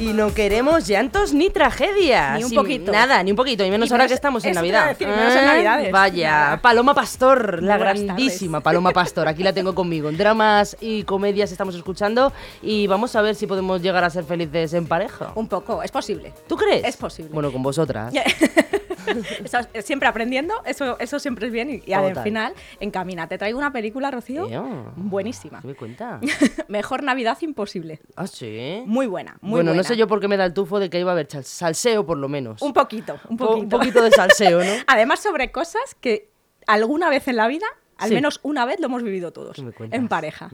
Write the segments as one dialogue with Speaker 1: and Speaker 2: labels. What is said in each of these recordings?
Speaker 1: no queremos llantos ni tragedias.
Speaker 2: Ni un
Speaker 1: Y
Speaker 2: poquito.
Speaker 1: Nada, ni un poquito. Y menos
Speaker 2: Y
Speaker 1: ahora
Speaker 2: menos-
Speaker 1: que estamos en
Speaker 2: eso te
Speaker 1: Navidad.
Speaker 2: iba a decir, y menos en
Speaker 1: Ah,
Speaker 2: Navidades.
Speaker 1: Vaya,
Speaker 2: Nada.
Speaker 1: Paloma Pastor, la
Speaker 2: buenas
Speaker 1: grandísima Paloma Pastor. Aquí la tengo conmigo. En dramas y comedias estamos escuchando y vamos a ver si podemos llegar a ser felices en pareja.
Speaker 2: Un poco, es posible.
Speaker 1: ¿Tú crees?
Speaker 2: Es posible.
Speaker 1: Bueno, con vosotras.
Speaker 2: Estás eh, siempre aprendiendo, eso, eso siempre es bien. Y, y al
Speaker 1: Total.
Speaker 2: final, encamina. Te traigo una película, Rocío.
Speaker 1: Tío,
Speaker 2: Buenísima.
Speaker 1: ¿Qué me cuenta?
Speaker 2: Mejor Navidad imposible.
Speaker 1: Ah, sí.
Speaker 2: Muy buena, muy
Speaker 1: bueno,
Speaker 2: buena.
Speaker 1: no sé yo por qué me da el tufo de que iba a haber chal- salseo, por lo menos.
Speaker 2: Un poquito, un
Speaker 1: Po-
Speaker 2: poquito.
Speaker 1: un poquito de salseo, ¿no?
Speaker 2: Además, sobre cosas que alguna vez en la vida, al
Speaker 1: Sí.
Speaker 2: menos una vez, lo hemos vivido todos.
Speaker 1: ¿Qué me cuentas? Mm.
Speaker 2: En pareja.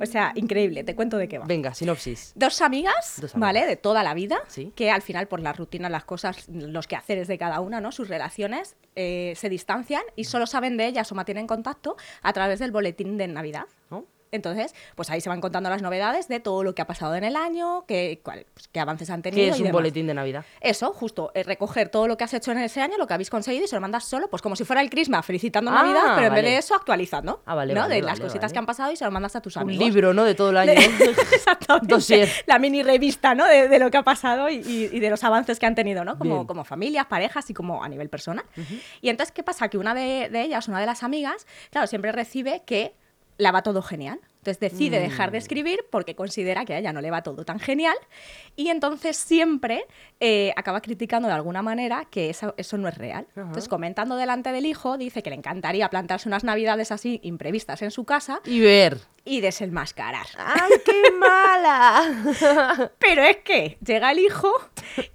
Speaker 2: O sea, increíble. Te cuento de qué va.
Speaker 1: Venga, sinopsis.
Speaker 2: Dos amigas,
Speaker 1: Dos
Speaker 2: ¿vale?
Speaker 1: amigas.
Speaker 2: De toda la vida,
Speaker 1: Sí.
Speaker 2: que al final por las rutinas, las cosas, los quehaceres de cada una, ¿no? Sus relaciones eh, se distancian y solo saben de ellas o mantienen contacto a través del boletín de Navidad.
Speaker 1: ¿No?
Speaker 2: Entonces, pues ahí se van contando las novedades de todo lo que ha pasado en el año, qué, cuál- pues, qué avances han tenido.
Speaker 1: ¿Qué es
Speaker 2: y
Speaker 1: un
Speaker 2: demás.
Speaker 1: boletín de Navidad?
Speaker 2: Eso, justo, eh, recoger todo lo que has hecho en ese año, lo que habéis conseguido y se lo mandas solo, pues como si fuera el Crisma, felicitando
Speaker 1: Ah,
Speaker 2: Navidad, pero en vez
Speaker 1: vale.
Speaker 2: de eso actualizando.
Speaker 1: Ah, vale,
Speaker 2: ¿no?
Speaker 1: vale,
Speaker 2: de
Speaker 1: vale,
Speaker 2: las cositas
Speaker 1: vale.
Speaker 2: que han pasado y se lo mandas a tus
Speaker 1: Un
Speaker 2: amigos.
Speaker 1: libro, ¿no? De todo el año.
Speaker 2: Exactamente.
Speaker 1: Dossier.
Speaker 2: La mini revista, ¿no? De, de lo que ha pasado y, y- y de los avances que han tenido, ¿no?
Speaker 1: Bien.
Speaker 2: Como, como familias, parejas y como a nivel personal. Y entonces, ¿qué pasa? Que una de, de ellas, una de las amigas, claro, siempre recibe que la va todo genial. Entonces decide
Speaker 1: Mm.
Speaker 2: dejar de escribir porque considera que a ella no le va todo tan genial y entonces siempre eh, acaba criticando de alguna manera que eso, eso no es real.
Speaker 1: Ajá.
Speaker 2: Entonces comentando delante del hijo dice que le encantaría plantarse unas navidades así imprevistas en su casa
Speaker 1: y ver.
Speaker 2: y desenmascarar.
Speaker 1: ¡Ay, qué mala!
Speaker 2: Pero es que llega el hijo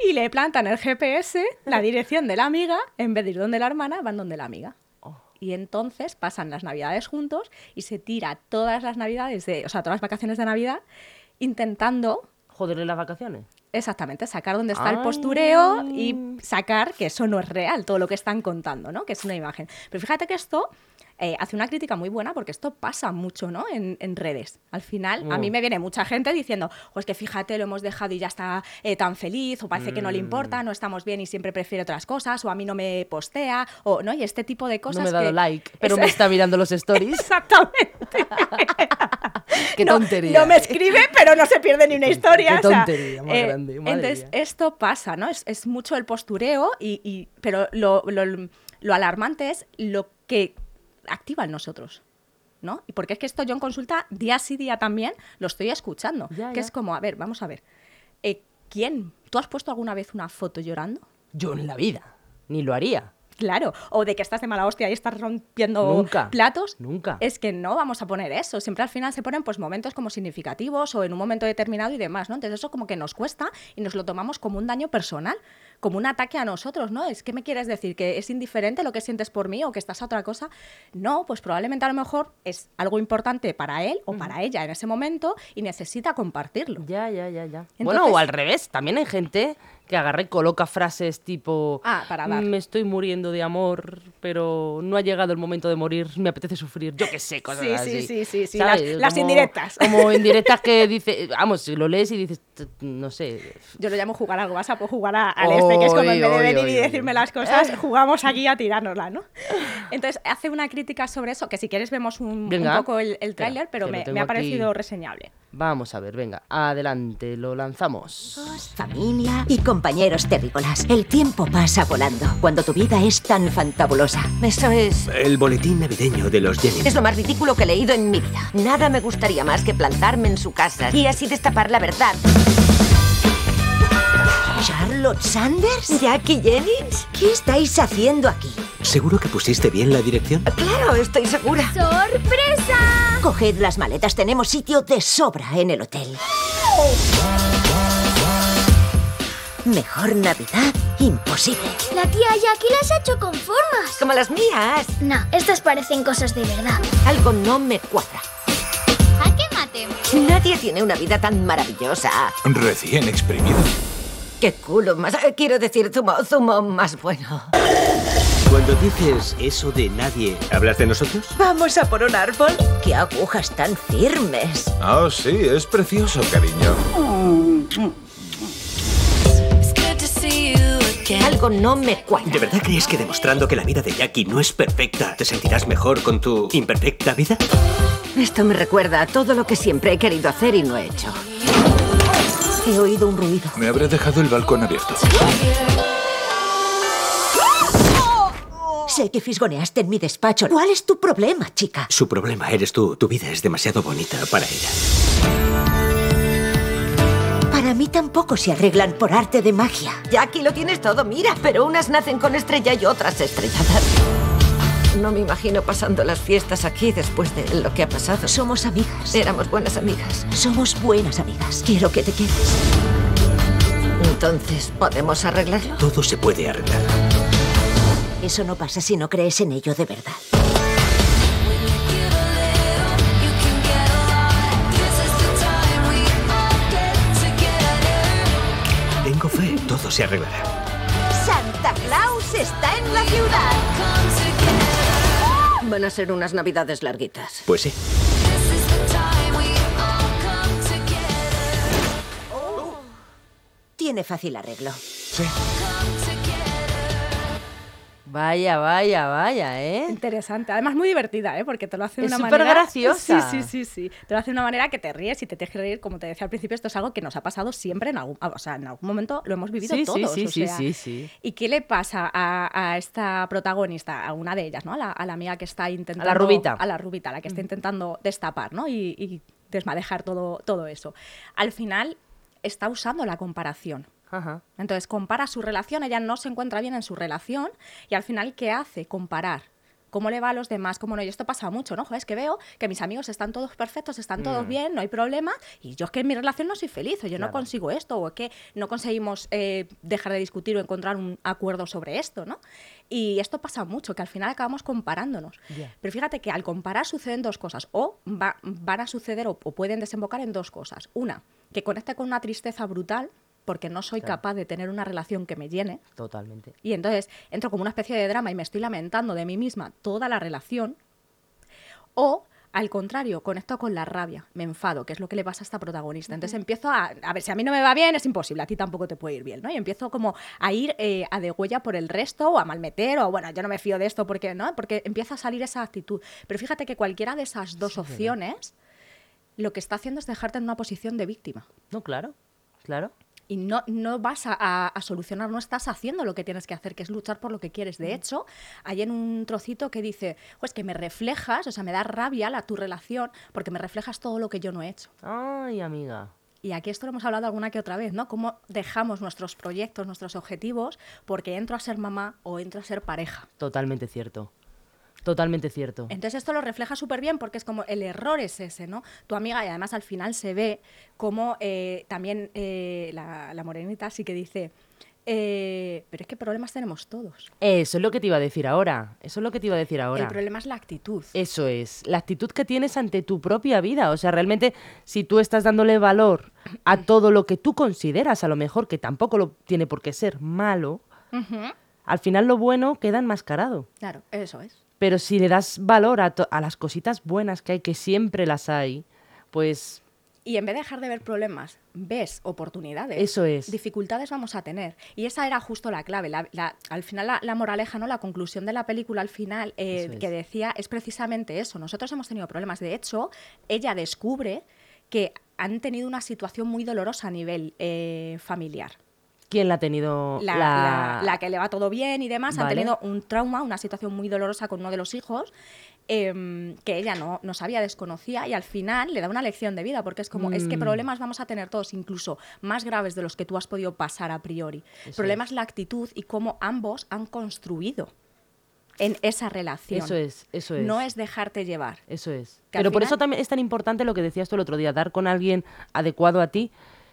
Speaker 2: y le plantan el GPS, la dirección de la amiga, en vez de ir donde la hermana, van donde la amiga. Y entonces pasan las navidades juntos y se tira todas las navidades, de, o sea, todas las vacaciones de Navidad, intentando
Speaker 1: Joderle las vacaciones.
Speaker 2: exactamente sacar dónde está el
Speaker 1: Ay.
Speaker 2: postureo y sacar que eso no es real, todo lo que están contando, ¿no? Que es una imagen. Pero fíjate que esto eh, hace una crítica muy buena porque esto pasa mucho, ¿no? En, en redes. Al final, a mí
Speaker 1: Mm.
Speaker 2: me viene mucha gente diciendo, pues que fíjate, lo hemos dejado y ya está eh, tan feliz, o parece que
Speaker 1: Mm.
Speaker 2: no le importa, no estamos bien y siempre prefiere otras cosas, o a mí no me postea, o, ¿no? Y este tipo de cosas
Speaker 1: no me he dado
Speaker 2: que-
Speaker 1: like, pero
Speaker 2: Esa-
Speaker 1: me está mirando los stories.
Speaker 2: Exactamente.
Speaker 1: ¡Qué
Speaker 2: no,
Speaker 1: tontería!
Speaker 2: No me escribe, pero no se pierde ni una
Speaker 1: Qué
Speaker 2: historia.
Speaker 1: tonte- qué
Speaker 2: o sea, eh,
Speaker 1: tontería más grande, madre
Speaker 2: entonces,
Speaker 1: mía.
Speaker 2: esto pasa, ¿no? Es, es mucho el postureo, y, y- pero lo, lo- lo alarmante es lo que activa en nosotros. ¿No? Y porque es que esto yo en consulta día sí día también lo estoy escuchando.
Speaker 1: Ya,
Speaker 2: que
Speaker 1: ya.
Speaker 2: es como, a ver, vamos a ver. eh, ¿Quién? ¿Tú has puesto alguna vez una foto llorando?
Speaker 1: Yo en la vida. Ni lo haría.
Speaker 2: Claro, o de que estás de mala hostia y estás rompiendo
Speaker 1: Nunca,
Speaker 2: platos.
Speaker 1: nunca.
Speaker 2: Es que no vamos a poner eso. Siempre al final se ponen pues momentos como significativos o en un momento determinado y demás, ¿no? Entonces eso como que nos cuesta y nos lo tomamos como un daño personal, como un ataque a nosotros, ¿no? Es que me quieres decir que es indiferente lo que sientes por mí o que estás a otra cosa. No, pues probablemente a lo mejor es algo importante para él o para ella en ese momento y necesita compartirlo.
Speaker 1: Ya, ya, ya, ya.
Speaker 2: Entonces-
Speaker 1: bueno, o al revés, también hay gente que agarra y coloca frases tipo
Speaker 2: Ah, para dar.
Speaker 1: me estoy muriendo de amor, pero no ha llegado el momento de morir, me apetece sufrir, yo qué sé, cosas
Speaker 2: Sí, sí,
Speaker 1: así.
Speaker 2: sí, sí, sí,
Speaker 1: ¿Sabes?
Speaker 2: las- las indirectas.
Speaker 1: Como indirectas que dice, vamos, si lo lees y dices, "T- no sé,
Speaker 2: Yo lo llamo jugar al WhatsApp o jugar a- al
Speaker 1: Oy,
Speaker 2: este, que es como en vez de
Speaker 1: oy,
Speaker 2: venir
Speaker 1: oy,
Speaker 2: y
Speaker 1: oy.
Speaker 2: decirme las cosas, jugamos aquí a tirárnosla, ¿no? Entonces, hace una crítica sobre eso, que si quieres vemos un, un
Speaker 1: Venga.
Speaker 2: poco el, el
Speaker 1: Espera,
Speaker 2: tráiler, pero
Speaker 1: que lo
Speaker 2: me,
Speaker 1: tengo
Speaker 2: me ha
Speaker 1: aquí.
Speaker 2: parecido reseñable.
Speaker 1: vamos a ver, venga, adelante, lo lanzamos.
Speaker 3: familia y compañeros terrícolas. El tiempo pasa volando cuando tu vida es tan fantabulosa.
Speaker 4: Eso es...
Speaker 5: El boletín navideño de los Jennings.
Speaker 4: Es lo más ridículo que he leído en mi vida. Nada me gustaría más que plantarme en su casa y así destapar la verdad.
Speaker 3: ¿Charlotte Sanders?
Speaker 4: ¿Jackie Jennings?
Speaker 3: ¿Qué estáis haciendo aquí?
Speaker 5: ¿Seguro que pusiste bien la dirección?
Speaker 4: Claro, estoy segura.
Speaker 3: Coged las maletas, tenemos sitio de sobra en el hotel. Mejor Navidad imposible.
Speaker 6: La tía Jackie las ha hecho con formas.
Speaker 4: Como las mías.
Speaker 6: No, estas parecen cosas de verdad.
Speaker 4: Algo no me cuadra.
Speaker 6: ¿A qué mate?
Speaker 4: Nadie tiene una vida tan maravillosa.
Speaker 7: Recién exprimido.
Speaker 4: Qué culo más... eh, Quiero decir, zumo, zumo más bueno.
Speaker 5: Cuando dices eso de nadie, ¿hablas de nosotros?
Speaker 4: Vamos a por un árbol.
Speaker 3: ¡Qué agujas tan firmes!
Speaker 7: Oh, sí, es precioso, cariño.
Speaker 4: Algo no me
Speaker 5: ¿De
Speaker 4: cuadra.
Speaker 5: verdad crees que demostrando que la vida de Jackie no es perfecta, te sentirás mejor con tu imperfecta vida?
Speaker 4: Esto me recuerda a todo lo que siempre he querido hacer y no he hecho.
Speaker 3: He oído un ruido.
Speaker 7: Me habré dejado el balcón abierto.
Speaker 3: Sé que fisgoneaste en mi despacho. ¿Cuál es tu problema, chica?
Speaker 5: Su problema eres tú. Tu vida es demasiado bonita para ella.
Speaker 3: Para mí tampoco se arreglan por arte de magia.
Speaker 4: Ya aquí lo tienes todo, mira, pero unas nacen con estrella y otras estrelladas. No me imagino pasando las fiestas aquí después de lo que ha pasado.
Speaker 3: Somos amigas.
Speaker 4: Éramos buenas amigas.
Speaker 3: Somos buenas amigas. Quiero que te quedes.
Speaker 4: Entonces, ¿podemos arreglarlo?
Speaker 5: Todo se puede arreglar.
Speaker 3: Eso no pasa si no crees en ello de verdad.
Speaker 5: Tengo fe. Todo se arreglará.
Speaker 3: Santa Claus está en la ciudad.
Speaker 4: Van a ser unas navidades larguitas.
Speaker 5: Pues sí.
Speaker 3: Tiene fácil arreglo.
Speaker 1: Vaya, vaya, vaya, ¿eh?
Speaker 2: Interesante, además muy divertida, ¿eh? porque te lo hace de
Speaker 1: Es
Speaker 2: una
Speaker 1: súper
Speaker 2: manera.
Speaker 1: graciosa.
Speaker 2: Sí, sí, sí, sí. Te lo hace de una manera que te ríes y te tienes que reír, como te decía al principio, esto es algo que nos ha pasado siempre en algún, o sea, en algún momento lo hemos vivido
Speaker 1: Sí, sí,
Speaker 2: todos.
Speaker 1: sí,
Speaker 2: o
Speaker 1: sí,
Speaker 2: sea,
Speaker 1: sí, sí.
Speaker 2: ¿Y qué le pasa a, a esta protagonista, a una de ellas, ¿no? A la, a la amiga que está intentando.
Speaker 1: rubita.
Speaker 2: A la rubita, la que está intentando destapar, ¿no? Y, y desmadejar todo, todo eso. Al final está usando la comparación.
Speaker 1: Ajá.
Speaker 2: Entonces compara su relación, ella no se encuentra bien en su relación y al final, ¿qué hace? Comparar. ¿Cómo le va a los demás? ¿Cómo no? Y esto pasa mucho, ¿no? Joder, es que veo que mis amigos están todos perfectos, están todos bien, no hay problema. Y yo es que en mi relación no soy feliz, o yo no consigo esto, o es que no conseguimos eh, dejar de discutir o encontrar un acuerdo sobre esto, ¿no? Y esto pasa mucho, que al final acabamos comparándonos.
Speaker 1: Ya.
Speaker 2: Pero fíjate que al comparar suceden dos cosas, o va- van a suceder o, o pueden desembocar en dos cosas. Una, que conecte con una tristeza brutal, porque no soy capaz de tener una relación que me llene,
Speaker 1: Totalmente.
Speaker 2: y entonces entro como una especie de drama y me estoy lamentando de mí misma toda la relación, o al contrario, conecto con la rabia, me enfado, que es lo que le pasa a esta protagonista. Entonces empiezo a, a ver, si a mí no me va bien, es imposible, a ti tampoco te puede ir bien, ¿no? Y empiezo como a ir eh, a degüella por el resto, o a malmeter, o bueno, yo no me fío de esto, porque no, porque empieza a salir esa actitud. Pero fíjate que cualquiera de esas dos opciones lo que está haciendo es dejarte en una posición de víctima
Speaker 1: No, claro, claro.
Speaker 2: y no, no vas a, a- a solucionar, no estás haciendo lo que tienes que hacer, que es luchar por lo que quieres. De hecho, hay en un trocito que dice, pues que me reflejas, o sea, me da rabia la, tu relación porque me reflejas todo lo que yo no he hecho.
Speaker 1: Ay, amiga.
Speaker 2: Y aquí esto lo hemos hablado alguna que otra vez, ¿no? Cómo dejamos nuestros proyectos, nuestros objetivos, porque entro a ser mamá o entro a ser pareja.
Speaker 1: Totalmente cierto. Totalmente cierto.
Speaker 2: Entonces esto lo refleja súper bien porque es como el error es ese, ¿no? Tu amiga y además al final se ve como eh, también eh, la, la morenita sí que dice, eh, pero es que problemas tenemos todos.
Speaker 1: Eso es lo que te iba a decir ahora. Eso es lo que te iba a decir ahora. Eh.
Speaker 2: El problema es la actitud.
Speaker 1: Eso es, la actitud que tienes ante tu propia vida. O sea, realmente, si tú estás dándole valor a todo lo que tú consideras, a lo mejor que tampoco lo tiene por qué ser malo, al final lo bueno queda enmascarado.
Speaker 2: Claro, eso es.
Speaker 1: Pero si le das valor a, to- a las cositas buenas que hay, que siempre las hay, pues
Speaker 2: Y en vez de dejar de ver problemas, ves oportunidades.
Speaker 1: Eso es.
Speaker 2: Dificultades vamos a tener. Y esa era justo la clave. La- la- al final, la, la moraleja, ¿no? La conclusión de la película al final eh,
Speaker 1: Eso es.
Speaker 2: que decía es precisamente eso. Nosotros hemos tenido problemas. De hecho, ella descubre que han tenido una situación muy dolorosa a nivel eh, familiar.
Speaker 1: ¿quién Oh, la ha tenido?
Speaker 2: la, la- la que le va todo bien y demás, han
Speaker 1: Vale.
Speaker 2: tenido un trauma, una situación muy dolorosa con uno de los hijos, em, que ella no, no sabía, desconocía, y al final le da una lección de vida, porque es como, es
Speaker 1: Mm.
Speaker 2: que problemas vamos a tener todos, incluso más graves de los que tú has podido pasar a priori. El problema es la actitud y cómo ambos han construido en esa relación.
Speaker 1: Eso es, eso es.
Speaker 2: No es dejarte llevar.
Speaker 1: Eso es.
Speaker 2: Que al
Speaker 1: Pero por eso
Speaker 2: final-
Speaker 1: también es tan importante lo que decías tú el otro día, dar con alguien adecuado a ti,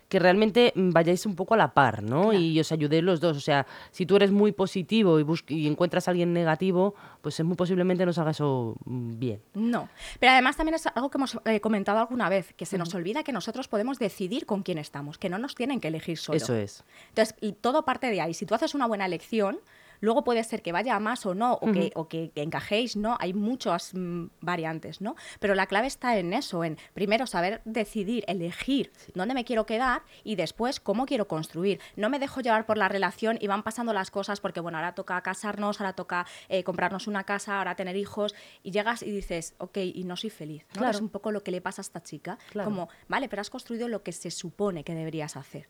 Speaker 1: que realmente mm, vayáis un poco a la par, ¿no? Y os ayudéis los dos. O sea, si tú eres muy positivo y, bus- y encuentras a alguien negativo, pues es muy posiblemente no salga eso mm, bien.
Speaker 2: No. Pero además también es algo que hemos eh, comentado alguna vez, que se nos olvida que nosotros podemos decidir con quién estamos, que no nos tienen que elegir solo.
Speaker 1: Eso es.
Speaker 2: Entonces, y todo parte de ahí. Si tú haces una buena elección, Luego puede ser que vaya a más o no, o, que, o que encajéis, ¿no? Hay muchas mm, variantes, ¿no? Pero la clave está en eso, en primero saber decidir, elegir dónde me quiero quedar y después cómo quiero construir. No me dejo llevar por la relación y van pasando las cosas porque, bueno, ahora toca casarnos, ahora toca eh, comprarnos una casa, ahora tener hijos y llegas y dices, ok, y no soy feliz. ¿no?
Speaker 1: Claro.
Speaker 2: Es un poco lo que le pasa a esta chica.
Speaker 1: Claro.
Speaker 2: Como, vale, pero has construido lo que se supone que deberías hacer.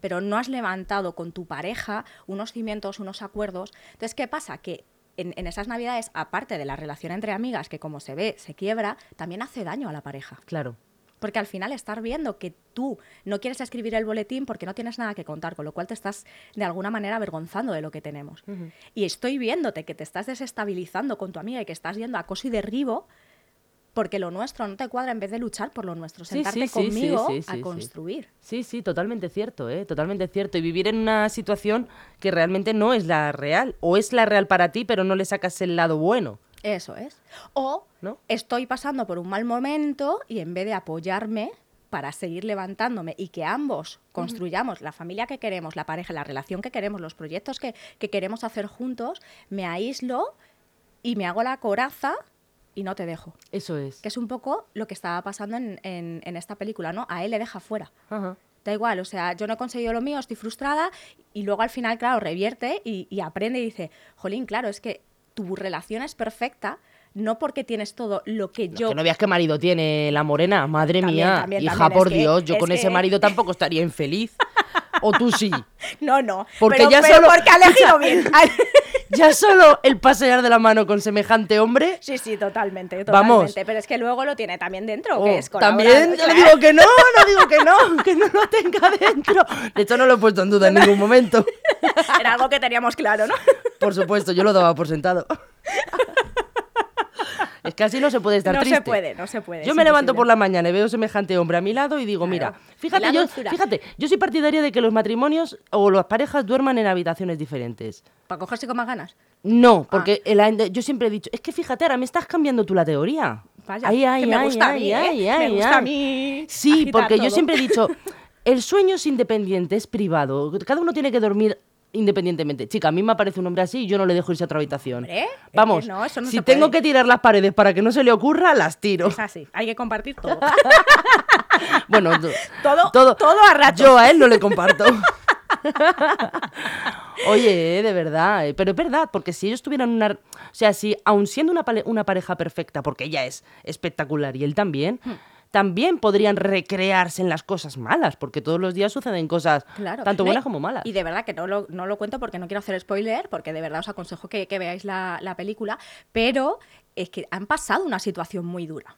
Speaker 2: Pero no has levantado con tu pareja unos cimientos, unos acuerdos. Entonces, ¿qué pasa? Que en, en esas navidades, aparte de la relación entre amigas, que como se ve, se quiebra, también hace daño a la pareja.
Speaker 1: Claro.
Speaker 2: Porque al final estar viendo que tú no quieres escribir el boletín porque no tienes nada que contar, con lo cual te estás de alguna manera avergonzando de lo que tenemos. Y estoy viéndote que te estás desestabilizando con tu amiga y que estás yendo a acoso y derribo porque lo nuestro no te cuadra en vez de luchar por lo nuestro,
Speaker 1: Sí, sí,
Speaker 2: sentarte
Speaker 1: sí, sí,
Speaker 2: conmigo
Speaker 1: sí, sí, sí.
Speaker 2: a construir.
Speaker 1: Sí, sí, totalmente cierto, ¿eh? totalmente cierto. Y vivir en una situación que realmente no es la real, o es la real para ti, pero no le sacas el lado bueno.
Speaker 2: Eso es. O
Speaker 1: ¿No?
Speaker 2: estoy pasando por un mal momento y en vez de apoyarme para seguir levantándome y que ambos construyamos la familia que queremos, la pareja, la relación que queremos, los proyectos que, que queremos hacer juntos, me aíslo y me hago la coraza y no te dejo.
Speaker 1: Eso es.
Speaker 2: Que es un poco lo que estaba pasando en, en- en esta película, ¿no? A él le deja fuera.
Speaker 1: Ajá.
Speaker 2: Da igual, o sea, yo no he conseguido lo mío, estoy frustrada y luego al final, claro, revierte y, y aprende y dice, jolín, claro, es que tu relación es perfecta, no porque tienes todo lo que
Speaker 1: No,
Speaker 2: yo...
Speaker 1: que no veas qué marido tiene la morena, madre
Speaker 2: También,
Speaker 1: mía,
Speaker 2: también,
Speaker 1: hija,
Speaker 2: también, es
Speaker 1: por
Speaker 2: que-
Speaker 1: Dios, yo
Speaker 2: es
Speaker 1: con ese
Speaker 2: que-
Speaker 1: marido tampoco estaría infeliz. o tú sí.
Speaker 2: No, no,
Speaker 1: Porque
Speaker 2: pero,
Speaker 1: ya
Speaker 2: pero
Speaker 1: solo-
Speaker 2: porque ha elegido bien.
Speaker 1: Ya solo el pasear de la mano con semejante hombre,
Speaker 2: Sí, sí, totalmente, totalmente.
Speaker 1: Vamos.
Speaker 2: Pero es que luego lo tiene también dentro,
Speaker 1: oh,
Speaker 2: que es colaborador,
Speaker 1: también yo
Speaker 2: claro.
Speaker 1: digo que no, no digo que no, que no lo tenga dentro. De hecho, no lo he puesto en duda en ningún momento.
Speaker 2: Era algo que teníamos claro, ¿no?
Speaker 1: Por supuesto, yo lo daba por sentado. Es que así no se puede estar
Speaker 2: No se
Speaker 1: triste.
Speaker 2: puede, no se puede,
Speaker 1: Yo
Speaker 2: es
Speaker 1: me levanto
Speaker 2: imposible.
Speaker 1: por la mañana y veo semejante hombre a mi lado y digo, mira, fíjate
Speaker 2: la
Speaker 1: yo,
Speaker 2: dulzura.
Speaker 1: fíjate, yo soy partidaria de que los matrimonios o las parejas duerman en habitaciones diferentes.
Speaker 2: Para cogerse con más ganas. Ah.
Speaker 1: No, porque el- la- yo siempre he dicho, es que fíjate, ahora me estás cambiando tú la teoría.
Speaker 2: Vaya,
Speaker 1: Ay, ay,
Speaker 2: que me
Speaker 1: ay,
Speaker 2: gusta
Speaker 1: ay,
Speaker 2: a mí,
Speaker 1: ay,
Speaker 2: ¿eh?
Speaker 1: ay,
Speaker 2: me gusta a
Speaker 1: ay.
Speaker 2: mí.
Speaker 1: Sí,
Speaker 2: agitar
Speaker 1: porque yo
Speaker 2: todo.
Speaker 1: siempre he dicho, el sueño es independiente, es privado. Cada uno tiene que dormir independientemente. Chica, a mí me aparece un hombre así y yo no le dejo irse a otra habitación.
Speaker 2: Hombre, es que
Speaker 1: Vamos,
Speaker 2: no, eso no
Speaker 1: si
Speaker 2: se
Speaker 1: tengo
Speaker 2: puede.
Speaker 1: que tirar las paredes para que no se le ocurra, las tiro.
Speaker 2: Es así, hay que compartir todo.
Speaker 1: Bueno, to-
Speaker 2: Todo- todo a ratos.
Speaker 1: Yo a él no le comparto. Oye, eh, de verdad, eh, pero es verdad, porque si ellos tuvieran una... O sea, si aun siendo una, pale- una pareja perfecta, porque ella es espectacular y él también,
Speaker 2: Hmm.
Speaker 1: también podrían recrearse en las cosas malas, porque todos los días suceden cosas
Speaker 2: Claro.
Speaker 1: tanto
Speaker 2: No,
Speaker 1: buenas
Speaker 2: y-
Speaker 1: como malas.
Speaker 2: Y de verdad que no lo, no lo cuento porque no quiero hacer spoiler, porque de verdad os aconsejo que, que veáis la, la película, pero es que han pasado una situación muy dura.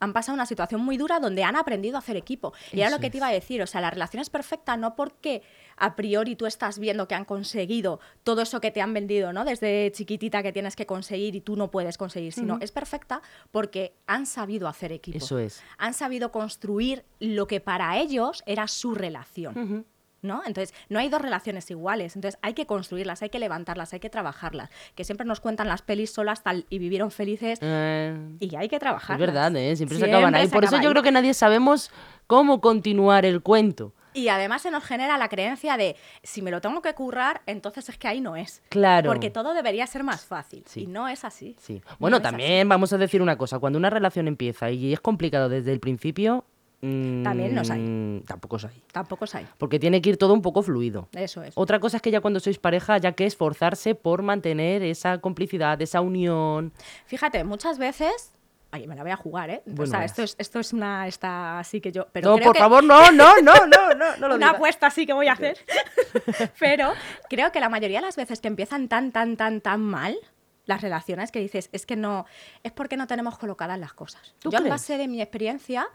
Speaker 2: Han pasado una situación muy dura donde han aprendido a hacer equipo. Y era lo que te iba a decir, o sea, la relación es perfecta no porque a priori tú estás viendo que han conseguido todo eso que te han vendido, ¿no? Desde chiquitita que tienes que conseguir y tú no puedes conseguir, sino es perfecta porque han sabido hacer equipo.
Speaker 1: Eso es.
Speaker 2: Han sabido construir lo que para ellos era su relación. ¿No? Entonces, no hay dos relaciones iguales. Entonces, hay que construirlas, hay que levantarlas, hay que trabajarlas. Que siempre nos cuentan las pelis solas tal y vivieron felices.
Speaker 1: Eh,
Speaker 2: Y hay que trabajar.
Speaker 1: es verdad, ¿eh? siempre, se acaban ahí. Por eso yo creo que nadie sabemos cómo continuar el cuento.
Speaker 2: Y además se nos genera la creencia de si me lo tengo que currar, entonces es que ahí no es.
Speaker 1: Claro.
Speaker 2: Porque todo debería ser más fácil.
Speaker 1: Sí.
Speaker 2: Y no es así.
Speaker 1: Sí.
Speaker 2: No
Speaker 1: Bueno,
Speaker 2: es así.
Speaker 1: también vamos a decir una cosa. Cuando una relación empieza y es complicado desde el principio... mm,
Speaker 2: También no es ahí.
Speaker 1: Tampoco es ahí.
Speaker 2: Tampoco es ahí.
Speaker 1: Porque tiene que ir todo un poco fluido.
Speaker 2: Eso es.
Speaker 1: Otra cosa es que ya cuando sois pareja, ya que esforzarse por mantener esa complicidad, esa unión.
Speaker 2: Fíjate, muchas veces. Ay, me la voy a jugar, ¿eh?
Speaker 1: Bueno,
Speaker 2: o sea,
Speaker 1: verás.
Speaker 2: esto es, esto es una. Esta así que yo. Pero
Speaker 1: no,
Speaker 2: creo
Speaker 1: por
Speaker 2: que-
Speaker 1: favor, no, no, no, no, no, no lo
Speaker 2: una
Speaker 1: digas.
Speaker 2: apuesta así que voy a hacer. Pero creo que la mayoría de las veces que empiezan tan, tan, tan, tan mal las relaciones que dices, es que no, es porque no tenemos colocadas las cosas.
Speaker 1: ¿Tú
Speaker 2: Yo en
Speaker 1: crees?
Speaker 2: base de mi experiencia,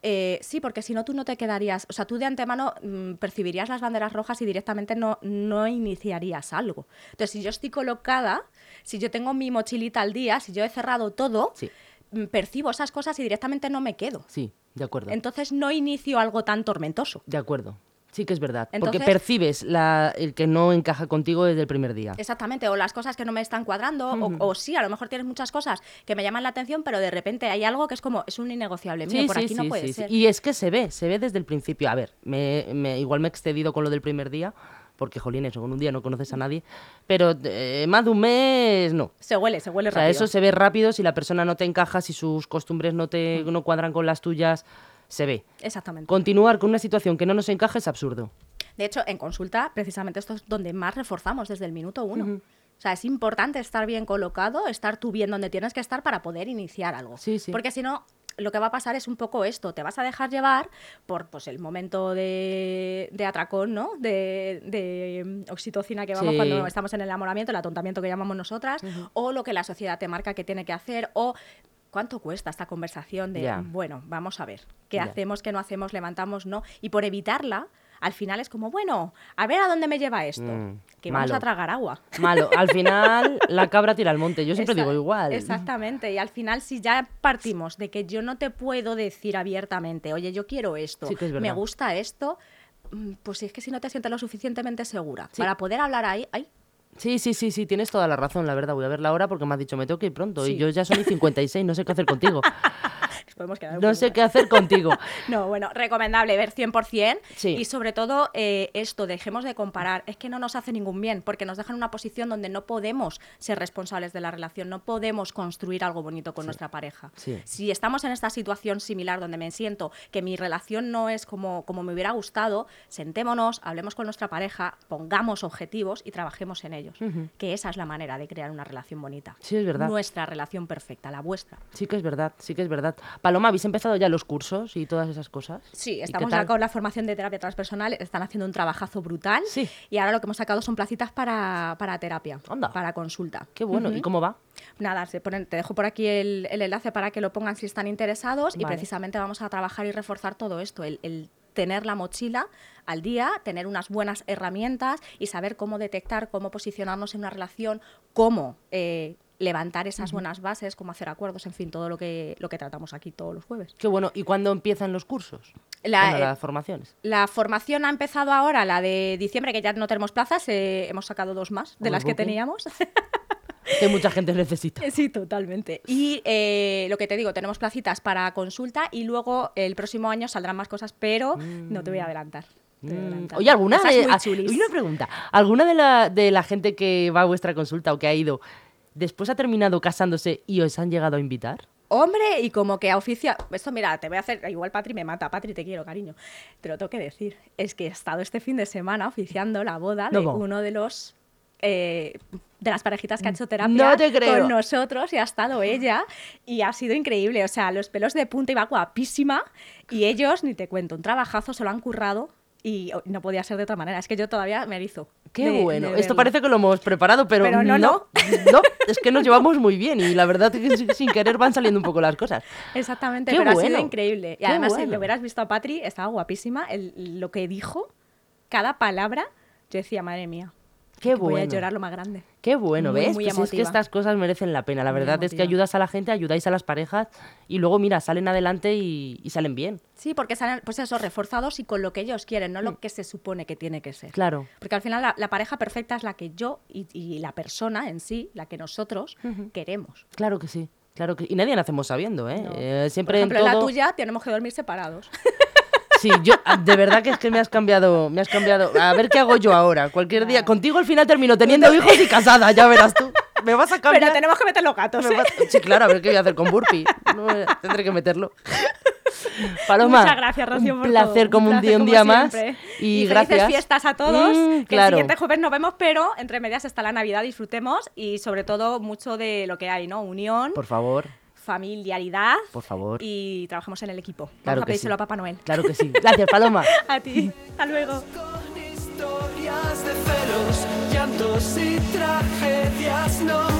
Speaker 2: eh, sí, porque si no tú no te quedarías, o sea, tú de antemano mm, percibirías las banderas rojas y directamente no, no iniciarías algo. Entonces, si yo estoy colocada, si yo tengo mi mochilita al día, si yo he cerrado todo,
Speaker 1: Sí.
Speaker 2: mm, percibo esas cosas y directamente no me quedo.
Speaker 1: Sí, de acuerdo.
Speaker 2: Entonces no inicio algo tan tormentoso.
Speaker 1: De acuerdo. Sí que es verdad.
Speaker 2: Entonces-
Speaker 1: Porque percibes la, el que no encaja contigo desde el primer día.
Speaker 2: Exactamente, o las cosas que no me están cuadrando, o- o, sí, a lo mejor tienes muchas cosas que me llaman la atención, pero de repente hay algo que es como, es un innegociable mío, por aquí no puede
Speaker 1: sí, sí.
Speaker 2: ser.
Speaker 1: Y es que se ve, se ve desde el principio. A ver, me, me- igual me he excedido con lo del primer día, porque jolines, con un día no conoces a nadie, pero eh, más de un mes no.
Speaker 2: Se huele, se huele
Speaker 1: O sea,
Speaker 2: rápido.
Speaker 1: eso se ve rápido si la persona no te encaja, si sus costumbres no te
Speaker 2: Mm.
Speaker 1: no cuadran con las tuyas, se ve.
Speaker 2: Exactamente.
Speaker 1: Continuar con una situación que no nos encaja es absurdo.
Speaker 2: De hecho, en consulta, precisamente esto es donde más reforzamos desde el minuto uno. O sea, es importante estar bien colocado, estar tú bien donde tienes que estar para poder iniciar algo.
Speaker 1: Sí, sí.
Speaker 2: Porque si no, lo que va a pasar es un poco esto. Te vas a dejar llevar por pues, el momento de, de atracón, ¿no? De, de, mm, oxitocina que vamos
Speaker 1: Sí.
Speaker 2: cuando estamos en el enamoramiento, el atontamiento que llamamos nosotras, o lo que la sociedad te marca que tiene que hacer, o cuánto cuesta esta conversación de,
Speaker 1: Ya.
Speaker 2: bueno, vamos a ver, ¿qué
Speaker 1: Ya.
Speaker 2: hacemos, qué no hacemos, levantamos, no? Y por evitarla, al final es como, bueno, a ver a dónde me lleva esto,
Speaker 1: Mm,
Speaker 2: que vamos
Speaker 1: malo.
Speaker 2: a tragar agua.
Speaker 1: Malo. Al final, la cabra tira al monte. Yo siempre
Speaker 2: Esa-
Speaker 1: digo igual.
Speaker 2: Exactamente, y al final si ya partimos de que yo no te puedo decir abiertamente, oye, yo quiero esto,
Speaker 1: Sí que es
Speaker 2: me
Speaker 1: verdad.
Speaker 2: gusta esto, mm, pues si es que si no te sientes lo suficientemente segura
Speaker 1: Sí.
Speaker 2: para poder hablar ahí, ay,
Speaker 1: Sí, sí, sí, sí, tienes toda la razón, la verdad. Voy a ver la hora porque me has dicho, me tengo que ir pronto.
Speaker 2: Sí.
Speaker 1: Y yo ya soy 56, no sé qué hacer contigo.
Speaker 2: nos podemos quedar un
Speaker 1: No
Speaker 2: poco
Speaker 1: sé
Speaker 2: más.
Speaker 1: qué hacer contigo.
Speaker 2: No, bueno, recomendable ver 100%
Speaker 1: Sí.
Speaker 2: y sobre todo eh, esto, dejemos de comparar, es que no nos hace ningún bien porque nos dejan en una posición donde no podemos ser responsables de la relación, no podemos construir algo bonito con nuestra pareja.
Speaker 1: Sí.
Speaker 2: Si estamos en esta situación similar donde me siento que mi relación no es como, como me hubiera gustado, sentémonos, hablemos con nuestra pareja, pongamos objetivos y trabajemos en ellos, que esa es la manera de crear una relación bonita.
Speaker 1: Sí, es verdad.
Speaker 2: Nuestra relación perfecta, la vuestra.
Speaker 1: Sí que es verdad, sí que es verdad. Paloma, ¿habéis empezado ya los cursos y todas esas cosas? ¿Y
Speaker 2: Sí,
Speaker 1: qué
Speaker 2: estamos
Speaker 1: tal?
Speaker 2: ya con la formación de terapia transpersonal, están haciendo un trabajazo brutal
Speaker 1: Sí.
Speaker 2: y ahora lo que hemos sacado son placitas para, para terapia,
Speaker 1: Anda.
Speaker 2: para consulta. Mm.
Speaker 1: Qué bueno, ¿y cómo va?
Speaker 2: Nada, se ponen- te dejo por aquí el, el enlace para que lo pongan si están interesados y
Speaker 1: Vale.
Speaker 2: precisamente vamos a trabajar y reforzar todo esto, el, el tener la mochila al día, tener unas buenas herramientas y saber cómo detectar, cómo posicionarnos en una relación, cómo... eh, levantar esas buenas bases, cómo hacer acuerdos, en fin, todo lo que, lo que tratamos aquí todos los jueves.
Speaker 1: Qué bueno, ¿y cuándo empiezan los cursos?
Speaker 2: La-
Speaker 1: Bueno,
Speaker 2: eh,
Speaker 1: las formaciones.
Speaker 2: La formación ha empezado ahora, la de diciembre, que ya no tenemos plazas, eh, hemos sacado dos más de
Speaker 1: Uy,
Speaker 2: las que
Speaker 1: Buki.
Speaker 2: teníamos.
Speaker 1: Que mucha gente necesita.
Speaker 2: sí, totalmente. Y eh, lo que te digo, tenemos placitas para consulta y luego el próximo año saldrán más cosas, pero no te voy a adelantar. te voy a
Speaker 1: Mm,
Speaker 2: adelantar.
Speaker 1: Oye, ¿alguna
Speaker 2: Cosas
Speaker 1: de,
Speaker 2: muy
Speaker 1: a-
Speaker 2: chulis.
Speaker 1: oye, una pregunta? ¿Alguna de la, de la gente que va a vuestra consulta o que ha ido, después ha terminado casándose y os han llegado a invitar?
Speaker 2: Hombre, y como que a oficia... Esto, mira, te voy a hacer... Igual Patri me mata. Patri, te quiero, cariño. Te lo tengo que decir. Es que he estado este fin de semana oficiando la boda de
Speaker 1: No, no.
Speaker 2: uno de los... eh, de las parejitas que ha hecho terapia
Speaker 1: No te creo.
Speaker 2: con nosotros y ha estado ella y ha sido increíble. O sea, los pelos de punta iba guapísima y ellos, ni te cuento, un trabajazo, se lo han currado y oh, no podía ser de otra manera. Es que yo todavía me erizo.
Speaker 1: Qué
Speaker 2: de-
Speaker 1: bueno.
Speaker 2: de
Speaker 1: Esto
Speaker 2: verlo.
Speaker 1: parece que lo hemos preparado, pero,
Speaker 2: Pero no, no.
Speaker 1: no, es que nos llevamos muy bien y la verdad es que sin- sin querer van saliendo un poco las cosas.
Speaker 2: Exactamente,
Speaker 1: ¡Qué
Speaker 2: pero ha sido
Speaker 1: bueno!
Speaker 2: increíble. Y
Speaker 1: ¡Qué
Speaker 2: además, si
Speaker 1: bueno!
Speaker 2: lo hubieras visto a Patri, estaba guapísima. El- lo que dijo, cada palabra, yo decía, madre mía,
Speaker 1: Qué
Speaker 2: que voy a
Speaker 1: bueno.
Speaker 2: llorar lo más grande.
Speaker 1: Qué bueno,
Speaker 2: Muy,
Speaker 1: ¿ves?
Speaker 2: muy
Speaker 1: Pues es que
Speaker 2: emotiva.
Speaker 1: estas cosas merecen la pena. La
Speaker 2: Muy
Speaker 1: verdad es que
Speaker 2: emotiva.
Speaker 1: ayudas a la gente, ayudáis a las parejas y luego, mira, salen adelante y, y salen bien.
Speaker 2: Sí, porque salen, pues eso, reforzados y con lo que ellos quieren, no
Speaker 1: Mm.
Speaker 2: lo que se supone que tiene que ser.
Speaker 1: Claro.
Speaker 2: Porque al final la, la pareja perfecta es la que yo y, y la persona en sí, la que nosotros queremos.
Speaker 1: Claro que sí. Claro que... Y nadie nacemos sabiendo, ¿eh?
Speaker 2: ¿no?
Speaker 1: Eh, siempre
Speaker 2: Por ejemplo,
Speaker 1: en
Speaker 2: la
Speaker 1: todo...
Speaker 2: tuya tenemos que dormir separados.
Speaker 1: Sí, yo ah, de verdad que es que me has cambiado, me has cambiado. A ver qué hago yo ahora. Cualquier día contigo al final termino teniendo hijos y casada, ya verás tú. Me vas a cambiar.
Speaker 2: pero tenemos que meter los gatos.
Speaker 1: me
Speaker 2: ¿eh?
Speaker 1: vas- Sí, claro, a ver qué voy a hacer con Burpee. No, eh, tendré que meterlo. Paloma,
Speaker 2: Muchas gracias, Rocío.
Speaker 1: un
Speaker 2: por
Speaker 1: placer
Speaker 2: todo.
Speaker 1: como un
Speaker 2: placer
Speaker 1: día, un
Speaker 2: como
Speaker 1: día más.
Speaker 2: siempre.
Speaker 1: Y,
Speaker 2: felices
Speaker 1: gracias.
Speaker 2: fiestas a todos.
Speaker 1: Mm,
Speaker 2: que
Speaker 1: claro.
Speaker 2: el siguiente jueves nos vemos, pero entre medias está la Navidad, disfrutemos y sobre todo mucho de lo que hay, ¿no? Unión,
Speaker 1: Por favor,
Speaker 2: familiaridad
Speaker 1: por favor.
Speaker 2: y trabajamos en el equipo.
Speaker 1: Claro
Speaker 2: Vamos a
Speaker 1: que sí.
Speaker 2: pedírselo a Papá Noel.
Speaker 1: Claro que sí. Gracias, Paloma.
Speaker 2: A ti. Hasta luego.
Speaker 8: Con historias de celos, llantos y tragedias, no